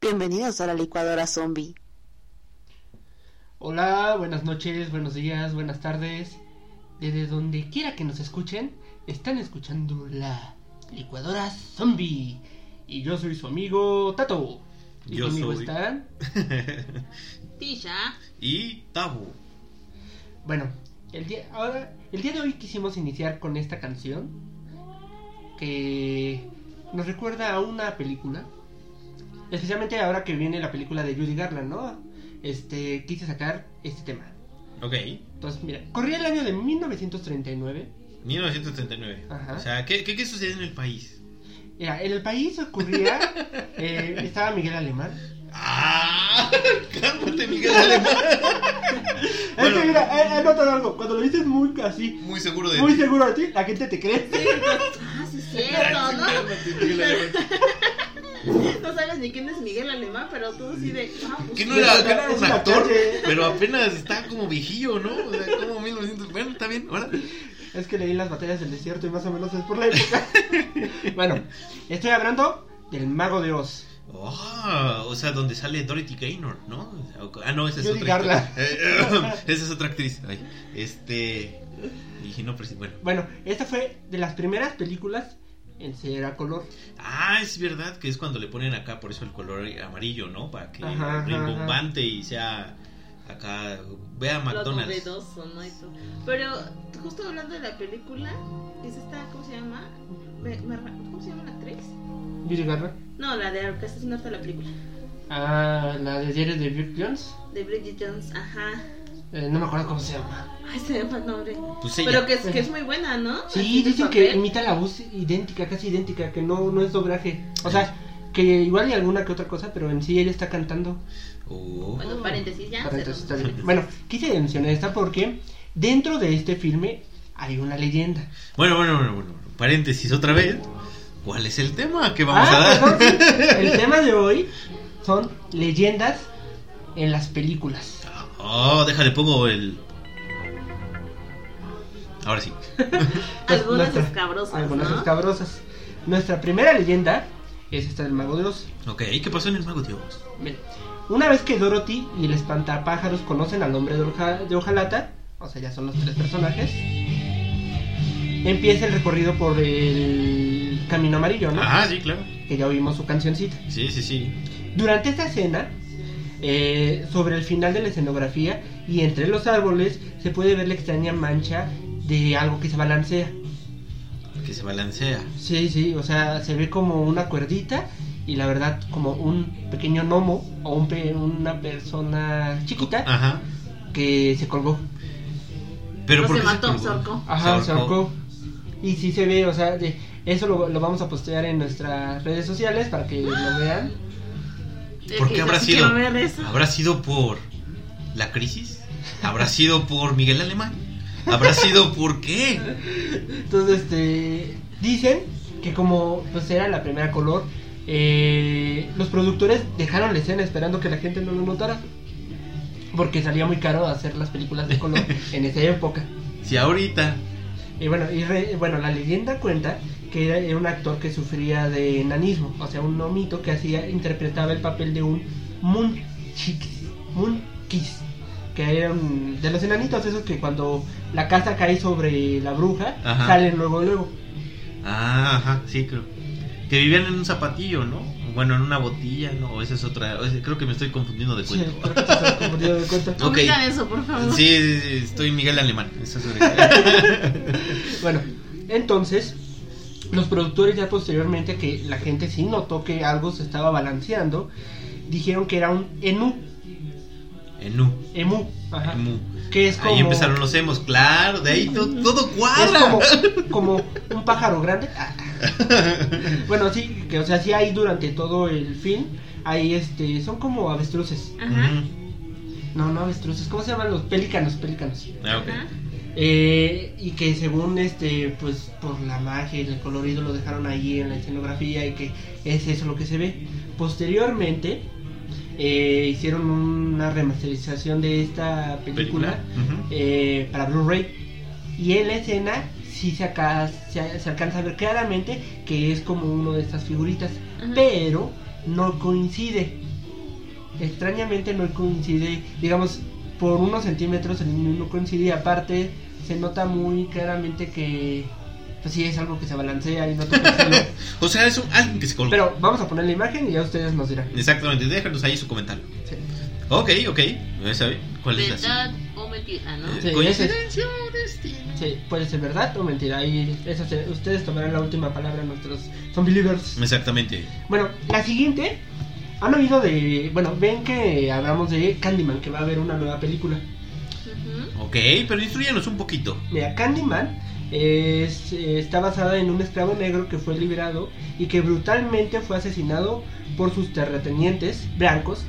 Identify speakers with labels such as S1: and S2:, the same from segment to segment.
S1: Bienvenidos a la licuadora zombie.
S2: Hola, buenas noches, buenos días, buenas tardes. Desde donde quiera que nos escuchen, están escuchando la licuadora zombie. Y yo soy su amigo Tato. Y
S3: Yo
S2: conmigo
S3: soy.
S2: están.
S4: Tisha.
S3: y Tabu.
S2: Bueno, el día, ahora, el día de hoy quisimos iniciar con esta canción que nos recuerda a una película. Especialmente ahora que viene la película de Judy Garland, ¿no? Este, quise sacar este tema.
S3: Ok.
S2: Entonces, mira, corría el año de 1939.
S3: 1939.
S2: Ajá.
S3: O sea, ¿qué, qué, qué sucede en el país?
S2: Mira, en el país ocurría. eh, estaba Miguel Alemán.
S3: ¡Ah! ¡Cálmate, Miguel Alemán! Bueno.
S2: Es que Este, mira, eh, he, he notado algo. Cuando lo dices muy así,
S3: Muy seguro de
S2: muy
S3: ti.
S2: seguro de ti, la gente te cree.
S4: Ah, sí, es
S3: Ay,
S4: cierto, ¿no?
S3: cálmate, Miguel Alemán.
S4: No sabes ni quién es Miguel Alemán, pero tú sí de. Ah, pues,
S3: Que no
S2: Me
S3: era,
S2: tocaron
S3: que era
S2: en
S3: un
S2: la
S3: actor,
S2: calle.
S3: pero apenas está como viejillo, ¿no? O sea, como 1900. Bueno, está bien, ahora.
S2: Es que leí las batallas del desierto y más o menos es por la época. bueno, estoy hablando del Mago de Oz.
S3: Ah, o sea, donde sale Dorothy Gaynor, ¿no? O sea, o- Ah, no, esa es
S2: Judy
S3: otra.
S2: Garland.
S3: historia. Eh, esa es otra actriz. Ay, este. Dije, no, pero sí, bueno.
S2: Bueno, esta fue de las primeras películas en ser a color.
S3: Ah, es verdad que es cuando le ponen acá, por eso el color amarillo, ¿no? Para que
S2: Ajá, ajá,
S3: rimbombante y sea acá. Vea McDonald's.
S4: Lo novedoso, ¿no? Eso. Pero justo hablando de la película, es esta, ¿cómo se llama? Me- me arra- ¿Cómo se llama la actriz?
S2: Judy Garland.
S4: No, la de Orquesta Sonora de la película.
S2: Ah, la de Diario de Big Jones.
S4: De Bridget Jones, ajá.
S2: Eh, no me acuerdo cómo se llama.
S4: Ay, se me fue el nombre.
S3: Pues ella.
S4: Pero que es, que es muy buena, ¿no?
S2: Sí,
S4: Así de
S2: dicen que
S4: papel.
S2: imita la voz idéntica, casi idéntica, que no, no es doblaje. O sea, que igual hay alguna que otra cosa, pero en sí ella está cantando.
S3: Oh.
S4: Bueno, paréntesis ya.
S2: Paréntesis, está
S4: cerramos.
S2: bien. Bueno, quise mencionar esta porque dentro de este filme hay una leyenda.
S3: Bueno, bueno, bueno, bueno. Paréntesis otra vez. ¿Cuál es el tema que vamos
S2: Ah,
S3: a dar?
S2: perdón, sí. El tema de hoy son leyendas en las películas.
S3: Oh, déjale, pongo el. Ahora sí.
S4: Algunas
S2: Nuestra-
S4: escabrosas,
S2: Algunas
S4: ¿no?
S2: escabrosas. Nuestra primera leyenda es esta del Mago de Oz.
S3: Ok, ¿qué pasó en el Mago de Oz?
S2: Bien. Una vez que Dorothy y el espantapájaros conocen al hombre de, hoja- de hojalata, o sea, ya son los tres personajes, empieza el recorrido por el camino amarillo, ¿no?
S3: Ah, sí, claro.
S2: Que ya oímos su cancioncita.
S3: Sí, sí, sí.
S2: Durante esta escena, eh, sobre el final de la escenografía y entre los árboles, se puede ver la extraña mancha de algo que se balancea.
S3: Que se balancea.
S2: Sí, sí, o sea, se ve como una cuerdita y la verdad como un pequeño gnomo o un pe- una persona chiquita
S3: Ajá.
S2: que se colgó.
S3: Pero
S4: No
S3: ¿por
S4: se
S3: qué
S4: mató,
S3: colgó?
S4: se ahorcó.
S2: Ajá, se
S3: ahorcó.
S2: ahorcó. Y sí se ve, o sea, de- eso lo, lo vamos a postear en nuestras redes sociales para que lo vean.
S4: Es
S3: ¿Por
S4: que
S3: qué
S4: yo
S3: habrá
S4: sí
S3: sido?
S4: quiero ver eso.
S3: ¿Habrá sido por la crisis? ¿Habrá sido por Miguel Alemán? ¿Habrá sido por qué?
S2: Entonces, este, dicen que como pues era la primera color, eh, los productores dejaron la escena esperando que la gente no lo notara. Porque salía muy caro hacer las películas de color en esa época.
S3: Si ahorita.
S2: Y bueno, y re- bueno, la leyenda cuenta que era, era un actor que sufría de enanismo, o sea, un nomito que hacía, interpretaba el papel de un munchkis, munchkis, que era un- de los enanitos esos que cuando la casa cae sobre la bruja,
S3: Ajá.
S2: salen luego luego.
S3: Ah, ajá, sí, creo. Que vivían en un zapatillo, ¿no? Bueno, en una botilla, ¿no? Esa es otra. o sea, Creo que me estoy confundiendo de
S2: Sí,
S3: cuento.
S2: creo que te estás confundiendo de cuenta.
S3: Ok.
S4: Omitan eso, por favor.
S3: Sí, sí, sí, estoy Miguel Alemán. Eso es otra-
S2: Bueno, entonces los productores ya posteriormente que la gente sí notó que algo se estaba balanceando, dijeron que era un enu,
S3: Enu.
S2: emu, ajá,
S3: Emu.
S2: que es como
S3: Ahí empezaron los hemos, claro, de ahí to- todo,
S2: es
S3: cuadra.
S2: como, como un pájaro grande. Ah. Bueno, sí, que o sea, sí hay durante todo el film, hay este, son como avestruces.
S4: Ajá.
S3: Ujú.
S2: No, no avestruces, ¿cómo se llaman los pelícanos, pelícanos?
S3: Ah, ok.
S4: Ajá.
S2: Eh, y que según este, pues por la magia y el colorido lo dejaron ahí en la escenografía y que es eso lo que se ve. Posteriormente, eh, hicieron una remasterización de esta película,
S3: Ujú.
S2: eh, para Blu-ray. Y en la escena sí se, aca- se- se alcanza a ver claramente que es como uno de estas figuritas,
S4: Ajá.
S2: pero no coincide. Extrañamente no coincide, digamos, por unos centímetros el- no coincide. y Aparte, se nota muy claramente que, pues sí, es algo que se balancea y no toca el suelo.
S3: O sea, es un- alguien que se colgó.
S2: Pero vamos a poner la imagen y ya ustedes nos dirán.
S3: Exactamente, déjanos ahí su comentario.
S2: Sí.
S3: Ok, ok. ¿Sabe cuál es la
S4: ¿Verdad o mentira, no?
S3: siguiente?
S2: Sí,
S3: Coincidencia o destino.
S2: Sí, puede ser verdad o mentira. Ahí, eso se- ustedes tomarán la última palabra nuestros zombie believers.
S3: Exactamente.
S2: Bueno, la siguiente. Han oído de. Bueno, ven que hablamos de Candyman, que va a haber una nueva película.
S4: Ujú.
S3: Ok, pero instruyanos un poquito.
S2: Mira, Candyman es, eh, está basada en un esclavo negro que fue liberado y que brutalmente fue asesinado por sus terratenientes blancos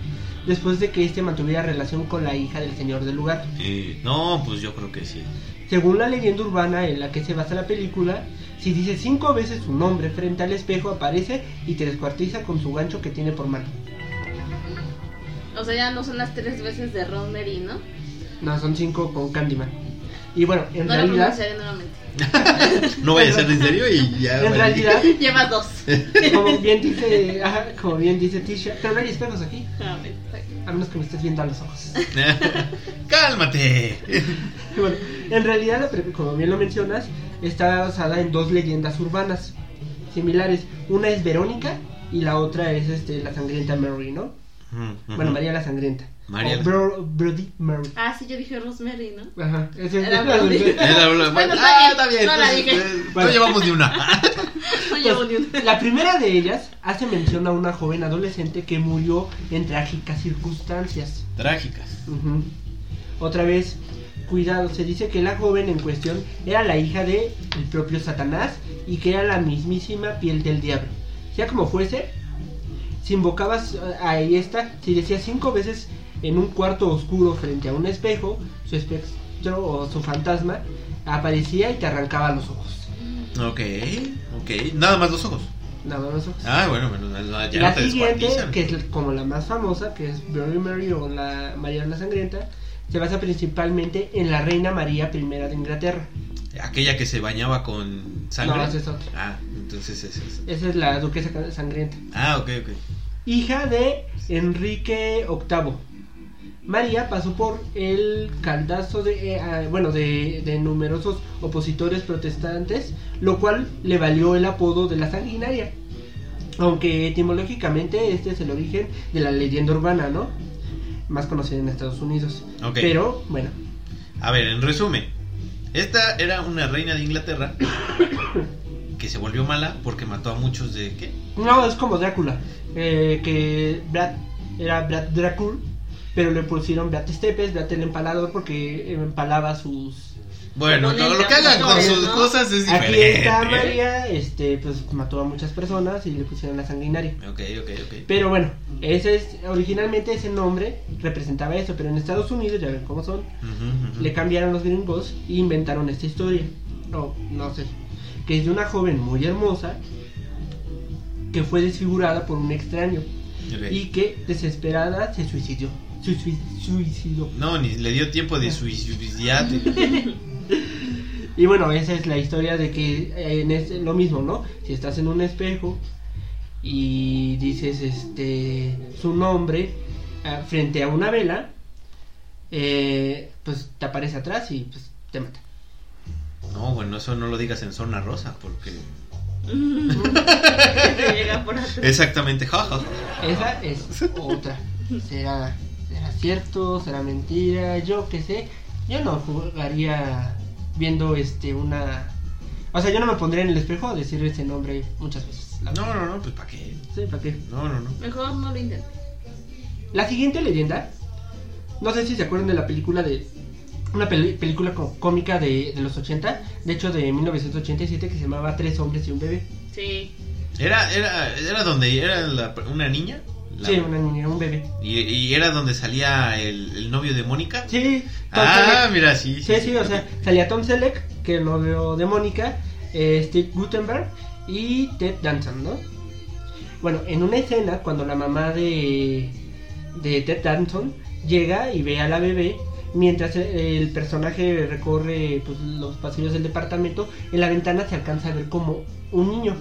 S2: después de que este mantuviera relación con la hija del señor del lugar.
S3: Eh, no, pues yo creo que sí.
S2: Según la leyenda urbana en la que se basa la película, si dice cinco veces su nombre frente al espejo aparece y te descuartiza con su gancho que tiene por mano.
S4: O sea, ya no son las tres veces de Rosemary, ¿no?
S2: No, son cinco con Candyman. Y bueno, en
S4: no lo
S2: realidad...
S4: pronunciaré nuevamente.
S3: No vaya a ser en serio y ya.
S2: En
S3: vale.
S2: realidad,
S4: Lleva dos.
S2: como bien dice, ajá, como bien dice Tisha, pero no hay espejos aquí,
S4: Ah,
S2: a menos que me estés viendo a los ojos.
S3: ¡Cálmate!
S2: Y bueno, en realidad, la pre- como bien lo mencionas, está basada en dos leyendas urbanas similares. Una es Verónica y la otra es este, la sangrienta Mary, ¿no? Bueno, María la sangrienta.
S3: María
S2: O
S3: la-
S2: Oh, Bro- Brody Mary.
S4: Ah, sí, yo dije Rosemary, ¿no?
S2: Ajá. ese-
S4: Era Brody.
S3: Eh, la- la-
S4: Bueno,
S3: ah,
S4: está
S3: está
S4: bien,
S3: bien.
S4: no la
S3: entonces,
S4: dije.
S3: eh,
S2: Bueno.
S3: No llevamos ni una.
S4: No
S2: Pues,
S4: llevo ni un.
S2: la primera de ellas hace mención a una joven adolescente que murió en trágicas circunstancias.
S3: Trágicas.
S2: Ujú. Otra vez, cuidado, se dice que la joven en cuestión era la hija del propio Satanás y que era la mismísima piel del diablo. Sea como fuese, si invocabas eh, a esta, si decías cinco veces en un cuarto oscuro frente a un espejo, su espectro o su fantasma aparecía y te arrancaba los ojos.
S3: Ok, ok. Nada más los ojos.
S2: Nada más los ojos.
S3: Ah, bueno, bueno, ya
S2: la
S3: no te
S2: siguiente,
S3: descuartizan.
S2: que es como la más famosa, que es Bloody Mary o la María la Sangrienta, se basa principalmente en la reina María I de Inglaterra.
S3: Aquella que se bañaba con sangre.
S2: No, esa es otra.
S3: Ah, entonces es esa.
S2: Esa es la duquesa ca- sangrienta.
S3: Ah, ok, ok.
S2: Hija de Enrique VIII. María pasó por el caldazo de, eh, ah, bueno, de, de numerosos opositores protestantes, lo cual le valió el apodo de la sanguinaria. Aunque etimológicamente este es el origen de la leyenda urbana, ¿no? Más conocida en Estados Unidos.
S3: Ok.
S2: Pero, bueno,
S3: A ver, en resumen, esta era una reina de Inglaterra que se volvió mala porque mató a muchos de qué?
S2: no, es como Drácula. eh, que Brad era Brad Drácula, pero le pusieron Brad Stepes, Brad el empalador, porque empalaba sus,
S3: Bueno,
S4: Ponen
S3: todo lo que hagan con
S4: actores,
S3: sus
S4: ¿no?
S3: cosas es
S2: Aquí
S3: diferente. ¿eh?
S2: está María, este, pues mató a muchas personas y le pusieron la sanguinaria.
S3: Ok, ok, ok.
S2: Pero bueno, ese es, originalmente ese nombre representaba eso, pero en Estados Unidos, ya ven cómo son,
S3: Ujú, ujú.
S2: le cambiaron los gringos y inventaron esta historia. No, no sé. Que es de una joven muy hermosa que fue desfigurada por un extraño
S3: Ok.
S2: y que desesperada se suicidó. Se sui- suicidó.
S3: No, ni le dio tiempo de suicidiarte.
S2: Y bueno, esa es la historia de que eh, en este- lo mismo, ¿no? Si estás en un espejo y dices este su nombre ah, frente a una vela, eh, pues te aparece atrás y pues te mata.
S3: No, bueno, eso no lo digas en zona rosa porque...
S4: Te llega por atrás.
S3: Exactamente, jaja.
S2: Esa es otra. ¿Será, será cierto? ¿Será mentira? Yo qué sé. Yo no jugaría viendo este una... O sea, yo no me pondría en el espejo a decir ese nombre muchas veces. la verdad.
S3: No, no, no, pues ¿para qué?
S2: Sí, ¿para qué?
S3: No, no, no.
S4: Mejor no lo intentes.
S2: La siguiente leyenda, no sé si se acuerdan de la película de. Una peli- película co- cómica de, de los 80, de hecho de 1987, que se llamaba Tres hombres y un bebé.
S4: Sí.
S3: Era, era, era donde era la- una niña. la-
S2: Sí, una niña, un bebé.
S3: y, y era donde salía el, el novio de Mónica.
S2: Sí, Tom
S3: Ah,
S2: Selleck.
S3: mira, sí.
S2: Sí, sí, o sea, salía Tom Selleck, que lo veo de Mónica, eh, Steve Gutenberg y Ted Danson, ¿no? Bueno, en una escena, cuando la mamá de, de Ted Danson llega y ve a la bebé mientras eh, el personaje recorre pues, los pasillos del departamento. En la ventana se alcanza a ver como un niño,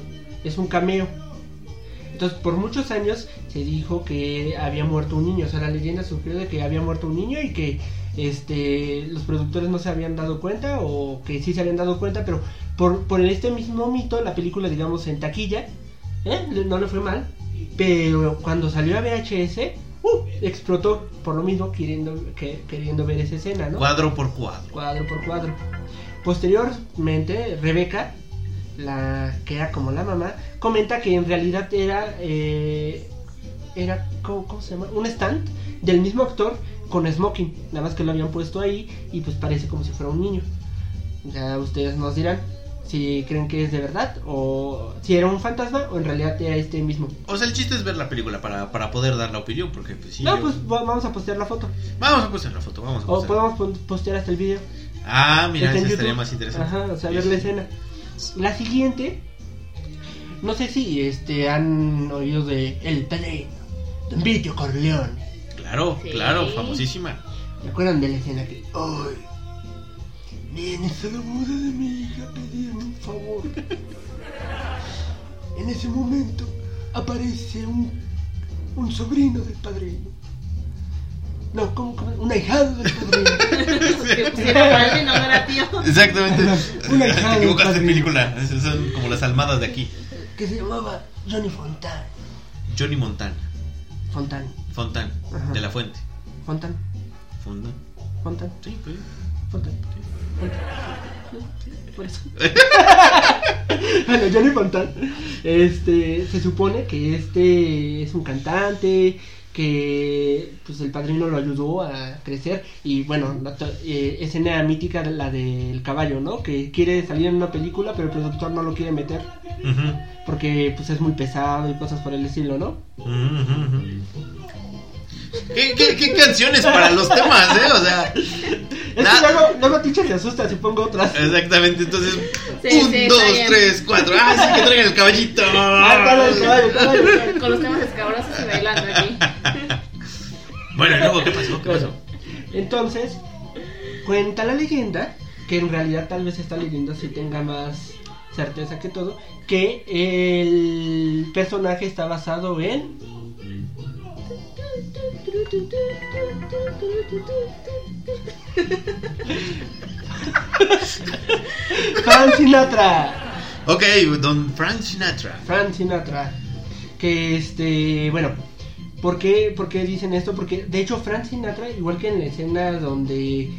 S2: es un cameo. Entonces, por muchos años se dijo que había muerto un niño, o sea, la leyenda surgió de que había muerto un niño y que este, los productores no se habían dado cuenta o que sí se habían dado cuenta, pero por, por este mismo mito, la película, digamos, en taquilla, ¿eh? Le- no le fue mal, pero cuando salió a VHS, ¡uh! explotó por lo mismo queriendo, que- queriendo ver esa escena, ¿no?
S3: Cuadro por cuadro.
S2: cuadro por cuadro. Posteriormente, Rebeca, la que era como la mamá, comenta que en realidad era eh, era ¿cómo, cómo se llama? Un stand del mismo actor con smoking, nada más que lo habían puesto ahí y pues parece como si fuera un niño. Ya ustedes nos dirán si creen que es de verdad o si era un fantasma o en realidad era este mismo.
S3: O sea, el chiste es ver la película para, para poder dar la opinión, porque pues sí.
S2: no,
S3: yo-
S2: pues va- vamos a postear la foto
S3: Vamos a postear la foto, vamos a
S2: o
S3: postear.
S2: podemos pon- postear hasta el video.
S3: Ah, mira,
S2: Está en
S3: ese estaría
S2: YouTube.
S3: más interesante.
S2: Ajá, o sea,
S3: Sí,
S2: ver la
S3: sí.
S2: escena. La siguiente, no sé si este han oído de El Padrino, Don Vito Corleone.
S3: Claro,
S4: Sí.
S3: claro, famosísima.
S2: ¿Se acuerdan de la escena que hoy viene a la boda de mi hija a pedirme un favor? en ese momento aparece un, un sobrino del padrino. No, ¿cómo, cómo? Un ahijado del padrino.
S4: Que pusieron a alguien, no era tío.
S3: Exactamente.
S2: Una
S3: Te
S2: hija de
S3: equivocaste
S2: padrino.
S3: de película. Esas Son como las almadas de aquí.
S2: que se llamaba Johnny Fontana.
S3: Johnny Montana.
S2: Fontana.
S3: Fontan.
S2: Ajá.
S3: De la fuente.
S2: Fontan,
S3: Fontan.
S2: Fontan,
S3: Sí, pues.
S2: Fontan. Fontan. Por eso. bueno, Johnny Fontan. Este, se supone que este es un cantante que pues el padrino lo ayudó a crecer y bueno, la to- eh, escena mítica la del caballo, ¿no? Que quiere salir en una película, pero el productor no lo quiere meter
S3: Ujú,
S2: porque pues es muy pesado y cosas por el estilo, ¿no?
S3: ujú, ujú, ujú. ¿Qué, qué, qué canciones para los temas, eh? O sea,
S2: Es
S3: Nah.
S2: que luego, luego Teacher se asusta si pongo otras.
S3: exactamente. Entonces,
S4: Sí,
S3: un,
S4: sí, está
S3: dos,
S4: bien.
S3: tres, cuatro. Ah, sí, que traigan el caballito.
S2: Ah, caballo, caballo, caballo.
S4: Con los temas escabrosos y bailando aquí.
S3: Bueno, ¿y luego, ¿qué pasó? ¿Qué pasó?
S2: Entonces, cuenta la leyenda, que en realidad tal vez esta leyenda sí tenga más certeza que todo, que el personaje está basado en... Frank Sinatra.
S3: Ok, Don Frank Sinatra.
S2: Frank Sinatra. Que este, bueno, ¿por qué, por qué dicen esto? Porque de hecho Frank Sinatra, igual que en la escena donde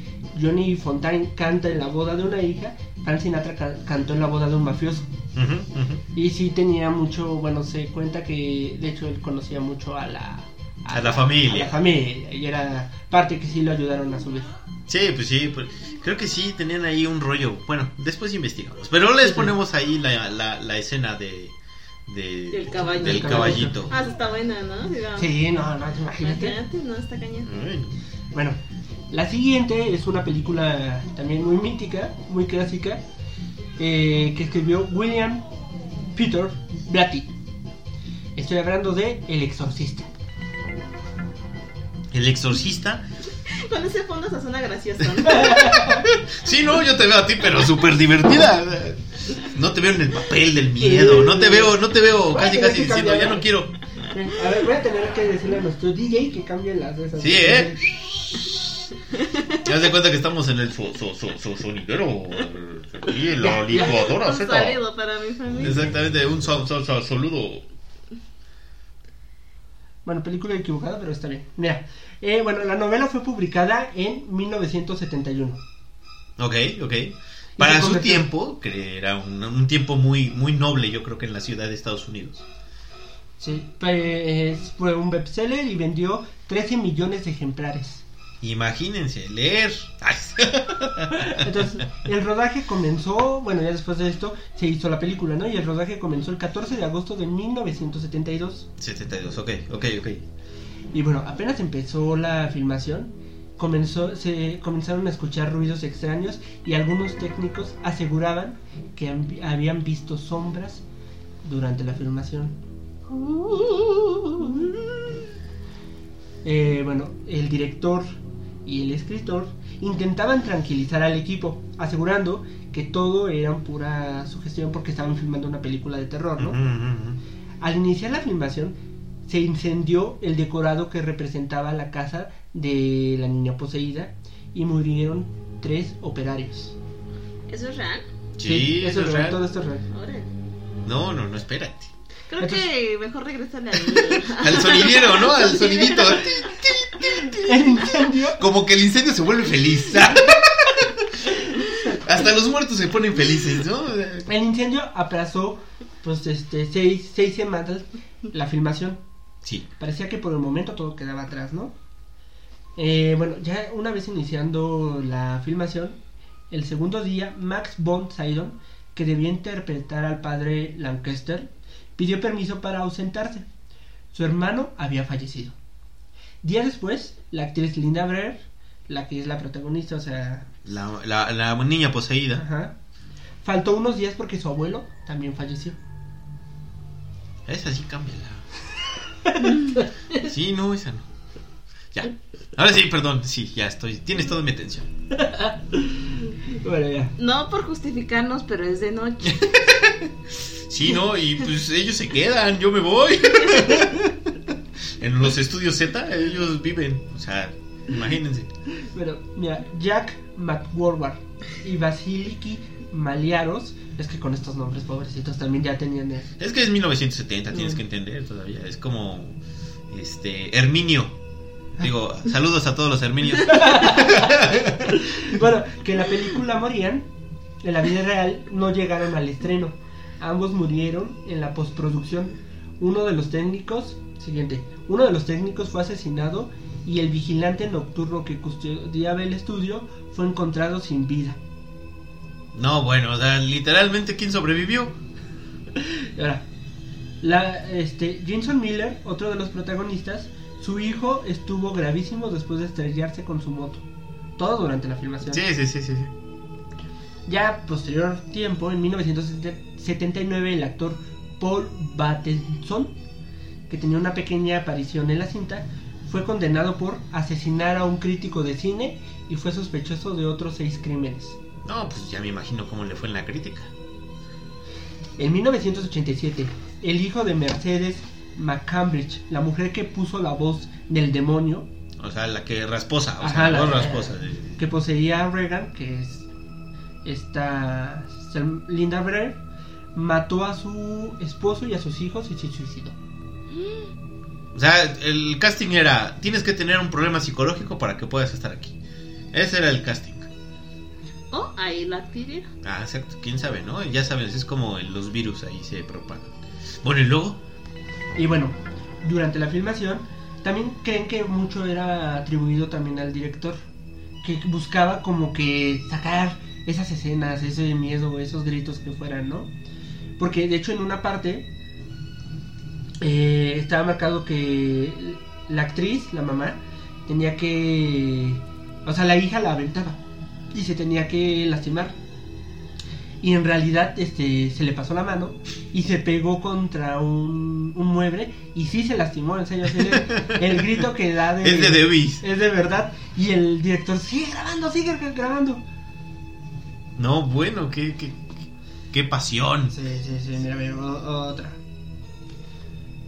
S2: Johnny Fontaine canta en la boda de una hija, Frank Sinatra ca- cantó en la boda de un mafioso.
S3: Ujú, ujú.
S2: Y sí tenía mucho, bueno, se cuenta que de hecho él conocía mucho a la...
S3: A la
S2: a la
S3: familia.
S2: familia, y era parte que sí lo ayudaron a subir.
S3: Sí, pues sí, pues, creo que sí, tenían ahí un rollo. Bueno, después investigamos. Pero les ponemos ahí la, la, la escena de, de-
S4: Del caballo.
S3: del caballito.
S4: Ah, eso está buena, ¿no? Digamos.
S2: Sí, no, no, imagínate.
S4: Imagínate, no, está cañón.
S3: Ay,
S2: Bueno, la siguiente es una película también muy mítica, muy clásica, eh, que escribió William Peter Blatty. Estoy hablando de El Exorcista.
S3: El exorcista.
S4: Con ese fondo se suena gracioso, ¿no?
S3: Sí, no, yo te veo a ti, pero súper divertida. No te veo en el papel del miedo. No te veo, no te veo
S2: Voy a
S3: casi,
S2: tener
S3: casi
S2: que
S3: diciendo, ya
S2: cambiar.
S3: no quiero.
S2: A ver, voy a tener que decirle a nuestro DJ que cambie las de esas.
S3: Sí, ¿eh? Ya se cuenta que estamos en el so, so, so- so- sonidero. Y la licuadora
S4: Un
S3: Z.
S4: saludo para mi familia.
S3: Exactamente, un sal- sal- sal- saludo.
S2: Bueno, película equivocada, pero está bien. Mira, eh, bueno, la novela fue publicada en 1971.
S3: Ok, ok.
S2: Y
S3: Para
S2: se
S3: su
S2: convirtió-
S3: tiempo, que era un, un tiempo muy, muy noble, yo creo que en la ciudad de Estados Unidos.
S2: Sí, pues, fue un bestseller y vendió 13 millones de ejemplares.
S3: Imagínense, leer. Ay,
S2: Entonces, el rodaje comenzó, bueno, ya después de esto se hizo la película, ¿no? Y el rodaje comenzó el 14 de agosto de 1972.
S3: 72, ok, ok, ok.
S2: Y bueno, apenas empezó la filmación, comenzó, se comenzaron a escuchar ruidos extraños y algunos técnicos aseguraban que han- habían visto sombras durante la filmación. eh, bueno, el director y el escritor intentaban tranquilizar al equipo, asegurando que todo era pura sugestión porque estaban filmando una película de terror, ¿no?
S3: Ujú, ujú, ujú.
S2: Al iniciar la filmación, se incendió el decorado que representaba la casa de la niña poseída y murieron tres operarios.
S4: ¿Eso es real?
S3: Sí, eso es real.
S2: todo esto es real.
S4: Ahora.
S3: No, no, no, espérate.
S4: Creo que mejor regresale
S3: Al sonidero, ¿no? Al sonidito.
S2: El incendio
S3: Como que el incendio se vuelve feliz. Hasta los muertos se ponen felices, ¿no?
S2: El incendio aplazó pues este seis, seis semanas la filmación.
S3: Sí.
S2: Parecía que por el momento todo quedaba atrás, ¿no? Eh, bueno, ya una vez iniciando la filmación, el segundo día, Max von Sydow, que debía interpretar al padre Lancaster, pidió permiso para ausentarse. Su hermano había fallecido. Días después, la actriz Linda Blair, la que es la protagonista, o sea,
S3: La, la- la niña poseída.
S2: ajá, faltó unos días porque su abuelo también falleció.
S3: Esa sí, cámbiala. Sí, no, esa no. Ya. Ahora sí, perdón. Sí, ya estoy. Tienes toda mi atención.
S2: Bueno, ya.
S4: No por justificarnos, pero es de noche.
S3: Sí, no, y pues ellos se quedan. Yo me voy. En los estudios Z, ellos viven. O sea, imagínense.
S2: Bueno, mira, Jack McWorward y Vasiliki Maliaros, es que con estos nombres pobrecitos también ya tenían el-
S3: Es que es 1970, tienes
S2: Mm.
S3: que entender todavía. Es como. Este. Herminio. Digo, saludos a todos los Herminios.
S2: Bueno, que en la película morían, en la vida real no llegaron al estreno. Ambos murieron en la postproducción. Uno de los técnicos, siguiente, uno de los técnicos fue asesinado y el vigilante nocturno que custodiaba el estudio fue encontrado sin vida.
S3: No, bueno, o sea, literalmente, ¿quién sobrevivió?
S2: Y ahora, la, este, Jameson Miller, otro de los protagonistas, su hijo estuvo gravísimo después de estrellarse con su moto. Todo durante la filmación.
S3: Sí, sí, sí, sí. sí.
S2: Ya posterior tiempo, en 1979, el actor Paul Battenson, que tenía una pequeña aparición en la cinta, fue condenado por asesinar a un crítico de cine y fue sospechoso de otros seis crímenes.
S3: No, pues ya me imagino cómo le fue en la crítica.
S2: En 1987, el hijo de Mercedes McCambridge, la mujer que puso la voz del demonio,
S3: O sea, la que rasposa, o
S2: Ajá,
S3: sea, la
S2: la-
S3: rasposa. sí, sí, sí.
S2: que poseía a Reagan, que es esta Sel- Linda Blair, mató a su esposo y a sus hijos y se suicidó.
S3: O sea, el casting era: tienes que tener un problema psicológico para que puedas estar aquí. Ese era el casting.
S4: Oh, ahí la actividad.
S3: Ah, exacto, quién sabe, ¿no? Ya sabes, es como los virus ahí se propagan. Bueno, y luego,
S2: Y bueno, durante la filmación también creen que mucho era atribuido también al director, que buscaba como que sacar esas escenas, ese miedo, esos gritos que fueran, ¿no? Porque de hecho en una parte eh, estaba marcado que la actriz, la mamá, tenía que... O sea, la hija la aventaba y se tenía que lastimar. Y en realidad este, se le pasó la mano y se pegó contra un, un mueble y sí se lastimó, en serio. así de- el grito que da de...
S3: es de Devis.
S2: Es de verdad. Y el director sigue grabando, sigue grabando.
S3: No, bueno, qué, qué, qué pasión.
S2: Sí, sí, sí, mira, mira, o- otra.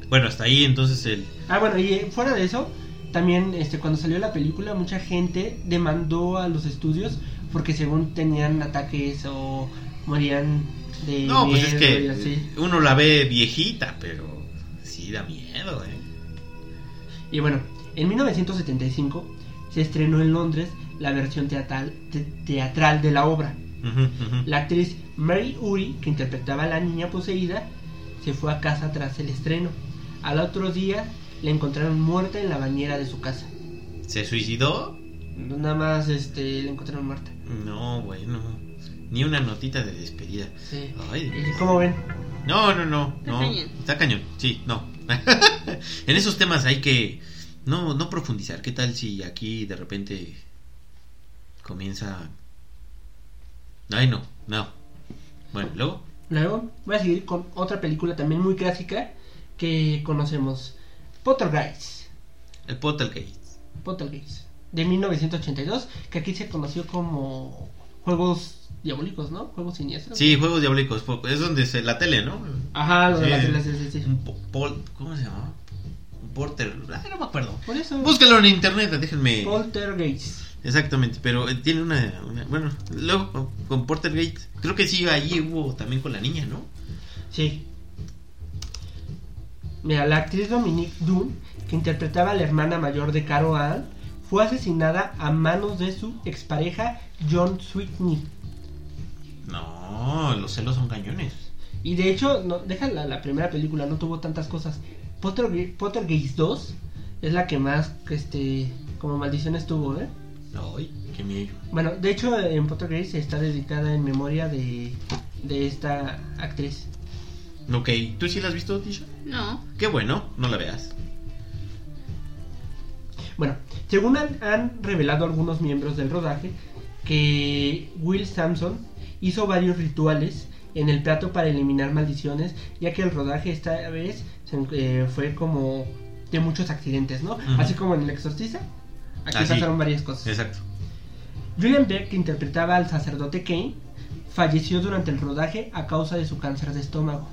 S3: Bueno, hasta ahí entonces el...
S2: Ah, bueno, y eh, fuera de eso, también este, cuando salió la película, mucha gente demandó a los estudios porque según tenían ataques o morían de.
S3: No, pues es
S2: miedo y
S3: que
S2: así.
S3: uno la ve viejita, pero sí da miedo, ¿eh?
S2: Y bueno, en 1975 se estrenó en Londres la versión teatral, te- teatral de la obra.
S3: Ujú, ujú.
S2: La actriz Mary Uri, que interpretaba a la niña poseída, se fue a casa tras el estreno. Al otro día la encontraron muerta en la bañera de su casa.
S3: ¿Se suicidó?
S2: Nada más este, la encontraron muerta.
S3: No, bueno. Ni una notita de despedida.
S2: Sí.
S3: Ay,
S2: ¿Y Eh, ¿Cómo ven?
S3: No, no, no.
S4: Está
S3: no.
S4: cañón.
S3: Está cañón, sí, no. en esos temas hay que no, no profundizar. ¿Qué tal si aquí de repente comienza... Ay, no, no. Bueno, luego...
S2: Luego voy a seguir con otra película también muy clásica que conocemos. Poltergeist.
S3: El Portal
S2: Portal Games, de 1982, que aquí se conoció como Juegos Diabólicos, ¿no? Juegos Siniestros.
S3: Sí, Juegos Diabólicos. fue- Es donde se. La tele, ¿no?
S2: Ajá, lo de
S3: Sí.
S2: la tele, sí, sí, sí.
S3: Un po- pol- ¿Cómo se llama? Un porter. ah, no me acuerdo.
S2: Por eso.
S3: Búscalo en internet, déjenme.
S2: Poltergeist.
S3: Exactamente, pero eh, tiene una, una- Bueno, luego con- con Portergate. Creo que sí, allí hubo también con la niña, ¿no?
S2: Sí. Mira, la actriz Dominique Dunn, que interpretaba a la hermana mayor de Caro Ann, fue asesinada a manos de su expareja John Sweetney.
S3: No, los celos son cañones.
S2: Y de hecho, no, deja la, la primera película, no tuvo tantas cosas. Potter, Pottergeist 2 es la que más, que este, como maldiciones tuvo, ¿eh?
S3: Ay, qué miedo.
S2: Bueno, de hecho, en Pottergeist está dedicada en memoria de, de esta actriz.
S3: Ok, ¿tú sí la has visto, Tisha?
S4: No.
S3: Qué bueno, no la veas.
S2: Bueno, según han, han revelado algunos miembros del rodaje, que Will Sampson hizo varios rituales en el plato para eliminar maldiciones, ya que el rodaje esta vez se en- eh, fue como de muchos accidentes, ¿no?
S3: Ujú.
S2: Así como en El Exorcista, aquí
S3: Ah, sí.
S2: pasaron varias cosas.
S3: Exacto.
S2: Julian Beck, que interpretaba al sacerdote Kane, falleció durante el rodaje a causa de su cáncer de estómago.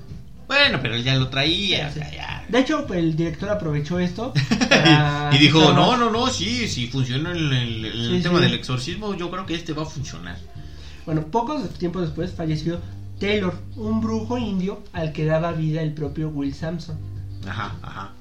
S3: Bueno, pero él ya lo traía. o
S2: Sí.
S3: sea, ya.
S2: De hecho, el director aprovechó esto para
S3: Y dijo,
S2: quitar
S3: no,
S2: más-
S3: no, no, sí, sí funciona el, el- el
S2: Ah, Sí,
S3: tema
S2: sí.
S3: del exorcismo, yo creo que este va a funcionar.
S2: Bueno, pocos tiempos después falleció Taylor, un brujo indio al que daba vida el propio Will Sampson,
S3: Ajá, ajá.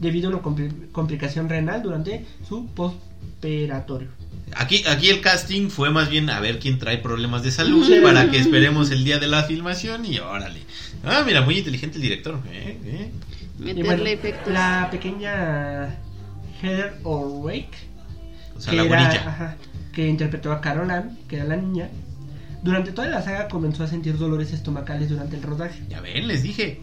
S2: debido a una compli- complicación renal durante su postoperatorio.
S3: Aquí, aquí el casting fue más bien a ver quién trae problemas de salud
S2: Sí.
S3: para que esperemos el día de la filmación y órale. Ah, mira, muy inteligente el director. ¿eh? ¿eh?
S2: Y
S4: Meterle
S2: bueno,
S4: efectos.
S2: La pequeña Heather O'Rourke
S3: O sea,
S2: que
S3: la
S2: era-
S3: güerilla.
S2: ajá, que interpretó a Carol Ann, que era la niña. Durante toda la saga comenzó a sentir dolores estomacales durante el rodaje.
S3: Ya ven, les dije.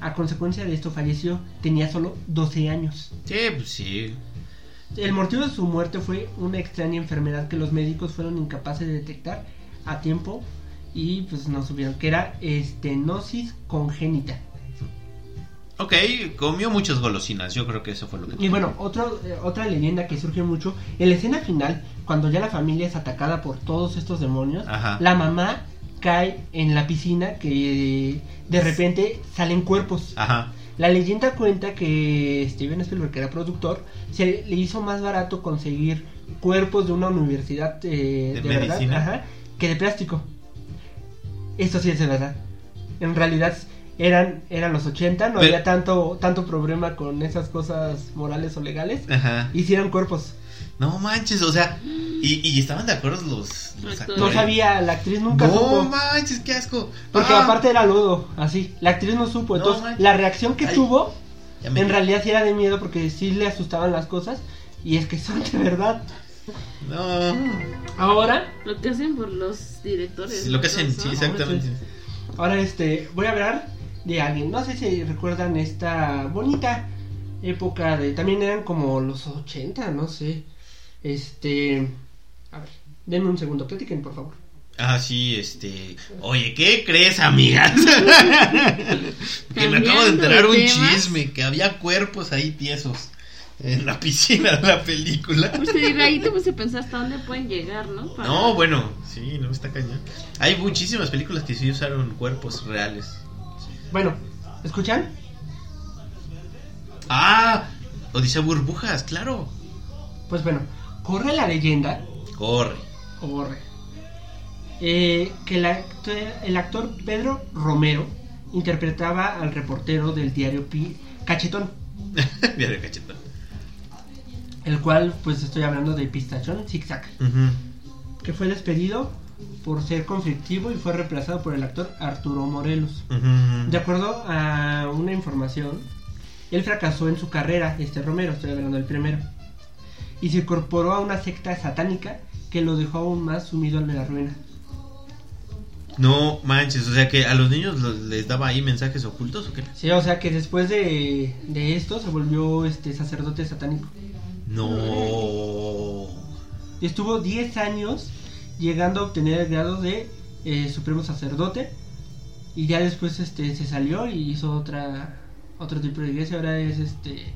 S2: A consecuencia de esto falleció, tenía solo 12 años.
S3: Sí, pues sí.
S2: El motivo de su muerte fue una extraña enfermedad que los médicos fueron incapaces de detectar a tiempo y pues no supieron que era estenosis congénita.
S3: Ok, comió muchas golosinas, yo creo que eso fue lo que...
S2: Y bueno, otro, eh, otra leyenda que surge mucho, en la escena final, cuando ya la familia es atacada por todos estos demonios,
S3: Ajá.
S2: la mamá cae en la piscina que eh, de repente salen cuerpos.
S3: Ajá.
S2: La leyenda cuenta que Steven Spielberg, que era productor, se le hizo más barato conseguir cuerpos de una universidad eh,
S3: ¿De
S2: de, verdad
S3: medicina?
S2: ajá, que de plástico. Esto sí es de verdad. En realidad eran, eran los 80, no
S3: Pero-
S2: había tanto, tanto problema con esas cosas morales o legales.
S3: Ajá.
S2: Hicieron cuerpos.
S3: No manches, o sea... Y, y estaban de acuerdo los, los
S4: No
S3: actores.
S2: No sabía, la actriz nunca
S3: no
S2: supo.
S3: manches, qué asco.
S2: Porque
S3: Ah,
S2: aparte era lodo, así. La actriz no supo.
S3: No
S2: Entonces,
S3: manches.
S2: la reacción que
S3: Ay.
S2: tuvo
S3: ya me-
S2: En realidad sí era de miedo porque sí le asustaban las cosas y es que son de verdad.
S3: No.
S2: Ahora,
S4: Lo que hacen por los directores.
S3: Sí, Lo que hacen, sí,
S4: ¿no?
S3: exactamente.
S2: ahora este, voy a hablar de alguien. No sé si recuerdan esta bonita época de también eran como los 80, no sé. Este, a ver, denme un segundo, platiquen por favor.
S3: Ah, sí, este... Oye, ¿qué crees, amigas? que me acabo
S4: Cambiando
S3: de enterar
S4: de
S3: un
S4: temas.
S3: chisme, que había cuerpos ahí tiesos en la piscina de la película.
S4: Pues te digo, ahí te puse a pensar hasta dónde pueden llegar, ¿no? Para-
S3: No, bueno, sí, no está cañón. Hay muchísimas películas que sí usaron cuerpos reales.
S2: Bueno, ¿escuchan?
S3: Ah, Odisea Burbujas, claro.
S2: Pues bueno, corre la leyenda
S3: Corre.
S2: Corre. Eh, que el actor, el actor Pedro Romero interpretaba al reportero del diario Pi, Cachetón,
S3: Mira de cachetón.
S2: el cual, pues estoy hablando de Pistachón Zigzag,
S3: Ujú.
S2: que fue despedido por ser conflictivo y fue reemplazado por el actor Arturo Morelos.
S3: Ujú.
S2: De acuerdo a una información, él fracasó en su carrera, este Romero, estoy hablando del primero, y se incorporó a una secta satánica que lo dejó aún más sumido en la ruina.
S3: No manches, o sea que a los niños los- les daba ahí mensajes ocultos o qué?
S2: Sí, o sea que después de, de esto se volvió este sacerdote satánico.
S3: No.
S2: Y estuvo 10 años llegando a obtener el grado de eh, supremo sacerdote. Y ya después este se salió y hizo otra otro tipo de iglesia. Ahora es este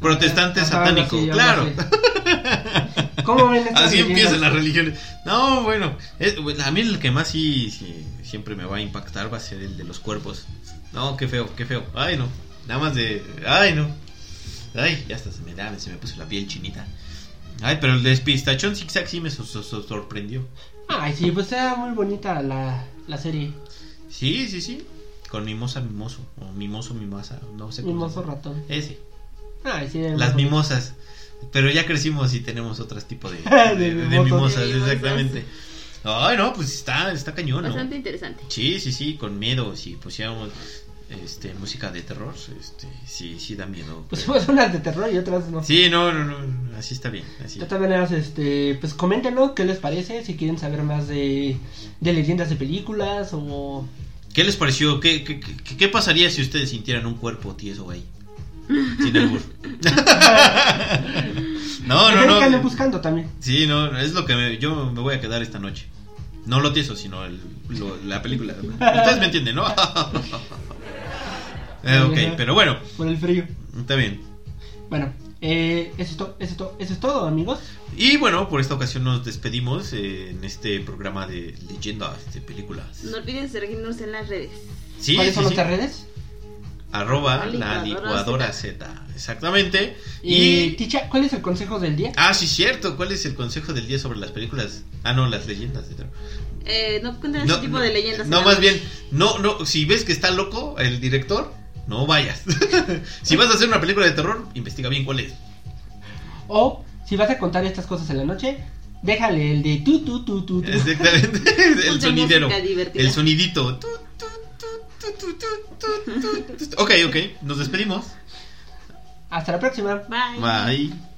S3: Protestante
S2: Ajá, algo
S3: satánico,
S2: así, algo
S3: claro.
S2: así. ¿Cómo ven estas
S3: Así empiezan
S2: leyendas?
S3: las religiones. No, bueno, es- pues, a mí el que más sí, sí, siempre me va a impactar va a ser el de los cuerpos. No, qué feo, qué feo. Ay, no. Nada más de. Ay, no. Ay, ya hasta se me, da- se me puso la piel chinita. Ay, pero el despistachón zigzag sí me so- so- so- sorprendió.
S2: Ay, sí, pues era muy bonita la, la serie.
S3: Sí, sí, sí. Con mimosa mimoso. O mimoso mimasa. No sé cómo. se
S2: Mimoso
S3: llama.
S2: ratón.
S3: Ese.
S2: Ay, sí, era
S3: pues, Las
S2: muy bonita.
S3: mimosas. Pero ya crecimos y tenemos otro tipo de,
S2: De
S3: de- de
S2: mimosas.
S3: mimosas,
S4: De mimosas.
S3: exactamente. Ay, no, pues está, está cañón, ¿no?
S4: Bastante interesante.
S3: Sí, sí, sí, con miedo. Si pusiéramos este, música de terror, este, sí, sí da miedo. pero-
S2: Pusimos unas de terror y otras Pues no.
S3: Sí, no, no, no, así está bien. Así.
S2: De todas maneras, este, pues coméntenos qué les parece, si quieren saber más de, de leyendas de películas o...
S3: ¿Qué les pareció? ¿Qué, qué, qué- qué pasaría si ustedes sintieran un cuerpo tieso ahí? Sin albur. no,
S2: Dejen que
S3: no,
S2: anden
S3: no.
S2: buscando también.
S3: Sí, no, es lo que me- yo me voy a quedar esta noche. No lo tieso, sino el- lo- la película. Ustedes me entienden, ¿no? Eh, ok, pero bueno,
S2: Por el frío.
S3: está bien.
S2: Bueno, eh, eso, es to- eso, es to- eso es todo, amigos.
S3: Y bueno, por esta ocasión nos despedimos eh, en este programa de leyendas de películas.
S4: No olviden seguirnos en las redes.
S3: Sí,
S2: ¿Cuáles
S3: sí,
S2: son
S3: sí.
S2: nuestras redes?
S3: Arroba la licuadora
S4: La licuadora
S3: Z. Exactamente.
S2: Y,
S3: Y...
S2: Ticha, ¿cuál es el consejo del día?
S3: Ah, sí, cierto. ¿Cuál es el consejo del día sobre las películas? Ah, no, las leyendas. de terror.
S4: Eh, no cuenten
S3: No,
S4: ese tipo
S3: no,
S4: de leyendas.
S3: No,
S4: en
S3: más
S4: la
S3: bien, no, no, si ves que está loco el director, no vayas. si vas a hacer una película de terror, investiga bien cuál es.
S2: O, si vas a contar estas cosas en la noche, déjale el de tu, tu, tu, tu, tu.
S3: Exactamente. El
S4: música
S3: sonidero.
S4: divertida.
S3: El sonidito. Tu, tu, tu, tu, tu, tu, tu, tu, tu. Ok, ok. Nos despedimos.
S2: Hasta la próxima.
S4: Bye.
S3: Bye.